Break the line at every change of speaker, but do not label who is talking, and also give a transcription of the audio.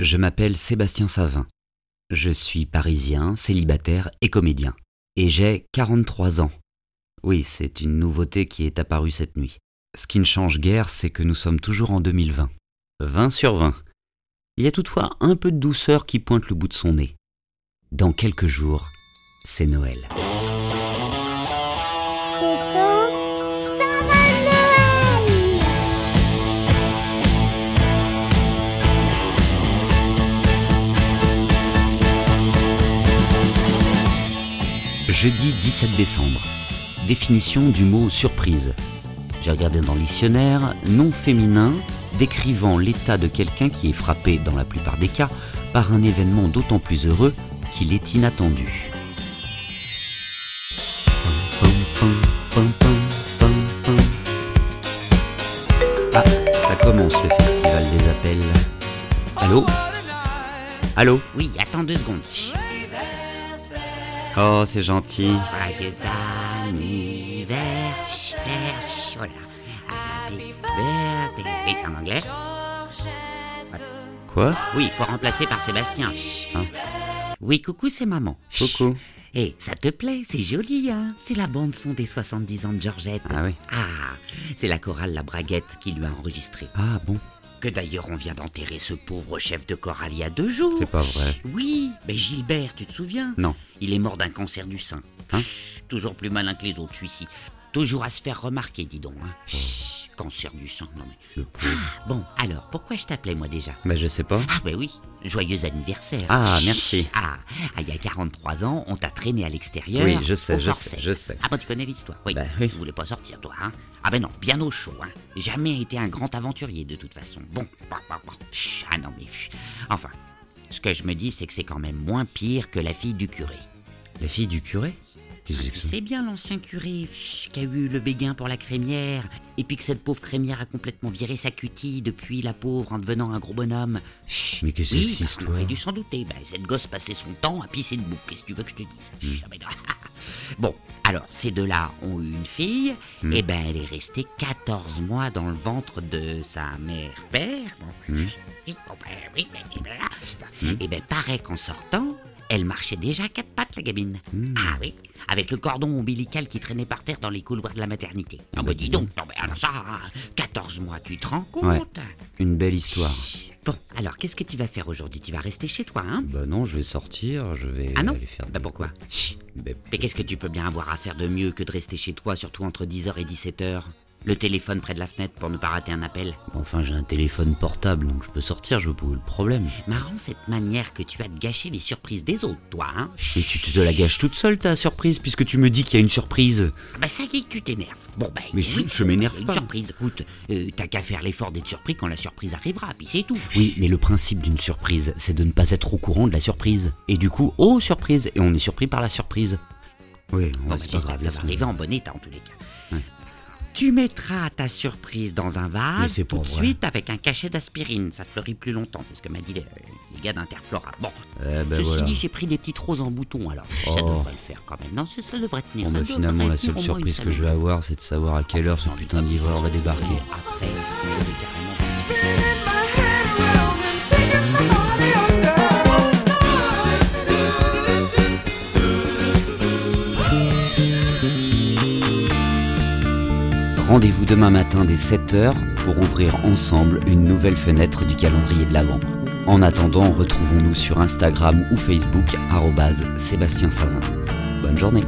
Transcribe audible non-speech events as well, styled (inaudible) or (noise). Je m'appelle Sébastien Savin. Je suis parisien, célibataire et comédien. Et j'ai 43 ans. Oui, c'est une nouveauté qui est apparue cette nuit. Ce qui ne change guère, c'est que nous sommes toujours en 2020. 20 sur 20. Il y a toutefois un peu de douceur qui pointe le bout de son nez. Dans quelques jours, c'est Noël.
C'est un savane Noël
Jeudi 17 décembre. Définition du mot surprise. J'ai regardé dans le dictionnaire, nom féminin décrivant l'état de quelqu'un qui est frappé, dans la plupart des cas, par un événement d'autant plus heureux qu'il est inattendu. Ah, ça commence le festival des appels. Allô Allô Oui, attends deux secondes. Oh, c'est gentil. Joyeux anniversaire. Voilà. Happy birthday. Et c'est en anglais Quoi Oui, il faut remplacer par Sébastien. Hein. Oui, coucou, c'est maman. Coucou. Eh, ça te plaît, c'est joli, hein C'est la bande-son des 70 ans de Georgette. Ah oui Ah, c'est la chorale La Braguette qui lui a enregistré. Ah bon Que d'ailleurs, on vient d'enterrer ce pauvre chef de chorale il y a deux jours.
C'est pas vrai.
Oui, mais Gilbert, tu te souviens
Non.
Il est mort d'un cancer du sein.
Hein
Toujours plus malin que les autres, celui-ci. Toujours à se faire remarquer, dis donc.
Oh.
hein. Cancer du sein, non mais. Ah, bon, alors, pourquoi je t'appelais moi déjà
Mais Bah, je sais pas.
Ah ben oui, joyeux anniversaire.
Ah, merci.
Ah, ah, il y a 43 ans, on t'a traîné à l'extérieur.
Oui, je sais,
au
je sais,
forceps.
je sais.
Ah ben tu connais l'histoire, oui.
Ben oui.
Tu voulais pas sortir toi, hein Ah ben non, bien au chaud, hein. Jamais été un grand aventurier de toute façon. Bon, bah, bah, bah. Chut, ah non mais... chut. Enfin, ce que je me dis, c'est que c'est quand même moins pire que la fille du curé.
La fille du curé Qu'est-ce que c'est que ça
C'est bien l'ancien curé pff, qui a eu le béguin pour la crémière, et puis que cette pauvre crémière a complètement viré sa cutie depuis la pauvre en devenant un gros bonhomme. Pff,
Mais qu'est-ce que
oui,
c'est que cette
bah, On aurait
histoire
dû s'en douter, bah, cette gosse passait son temps à pisser debout, qu'est-ce que tu veux que je te dise
Hmm.
Ah, mais non. (laughs) Bon, alors ces deux-là ont eu une fille,
Hmm.
et ben elle est restée 14 mois dans le ventre de sa mère-père.
Hmm.
Bon, oui, bon, ben, oui, ben, ben, ben, ben. Et ben paraît qu'en sortant, elle marchait déjà à quatre pattes, la gamine.
Hmm.
Ah oui, avec le cordon ombilical qui traînait par terre dans les couloirs de la maternité. Ah bah dis donc, non mais alors ça, 14 mois, tu te rends compte
Ouais. Une belle histoire.
Bon, alors qu'est-ce que tu vas faire aujourd'hui Tu vas rester chez toi, hein
Bah non, je vais sortir, je vais
Ah non
aller faire.
Bah
des-
pourquoi
Ben,
Mais qu'est-ce que tu peux bien avoir à faire de mieux que de rester chez toi, surtout entre 10h et 17h Le téléphone près de la fenêtre pour ne pas rater un appel
Enfin, j'ai un téléphone portable, donc je peux sortir, je vois pas où est le problème.
Marrant cette manière que tu as de gâcher les surprises des autres, toi, hein
Mais tu te la gâches toute seule ta surprise, puisque tu me dis qu'il y a une surprise.
Ah Bah ça dit que tu t'énerves. Bon bah
Mais
oui,
si, je m'énerve
une
pas.
surprise. Écoute, euh, t'as qu'à faire l'effort d'être surpris quand la surprise arrivera, puis c'est tout.
Oui, mais le principe d'une surprise, c'est de ne pas être au courant de la surprise. Et du coup, oh surprise Et on est surpris par la surprise. Oui,
Bon, bah, j'espère que ça va arriver en bon état en tous les cas. Tu mettras ta surprise dans un
Mais
vase
c'est
tout
pas
de
vrai.
suite avec un cachet d'aspirine. Ça fleurit plus longtemps, c'est ce que m'a dit les, les gars d'Interflora. Bon,
Eh ben
ceci
voilà.
dit, j'ai pris des petites roses en bouton, alors ça
Oh.
devrait le faire quand même. Non, ça, ça devrait tenir.
Bon,
ça
bah,
devrait
finalement, la
tenir au
seule
moins une
surprise que
semaine.
je vais avoir, c'est de savoir à quelle heure ce putain de livreur va débarquer.
Après, je vais carrément...
Spinning my head around and taking my body under.
Rendez-vous demain matin dès 7h pour ouvrir ensemble une nouvelle fenêtre du calendrier de l'Avent. En attendant, retrouvons-nous sur Instagram ou Facebook, arrobase Sébastien Savin. Bonne journée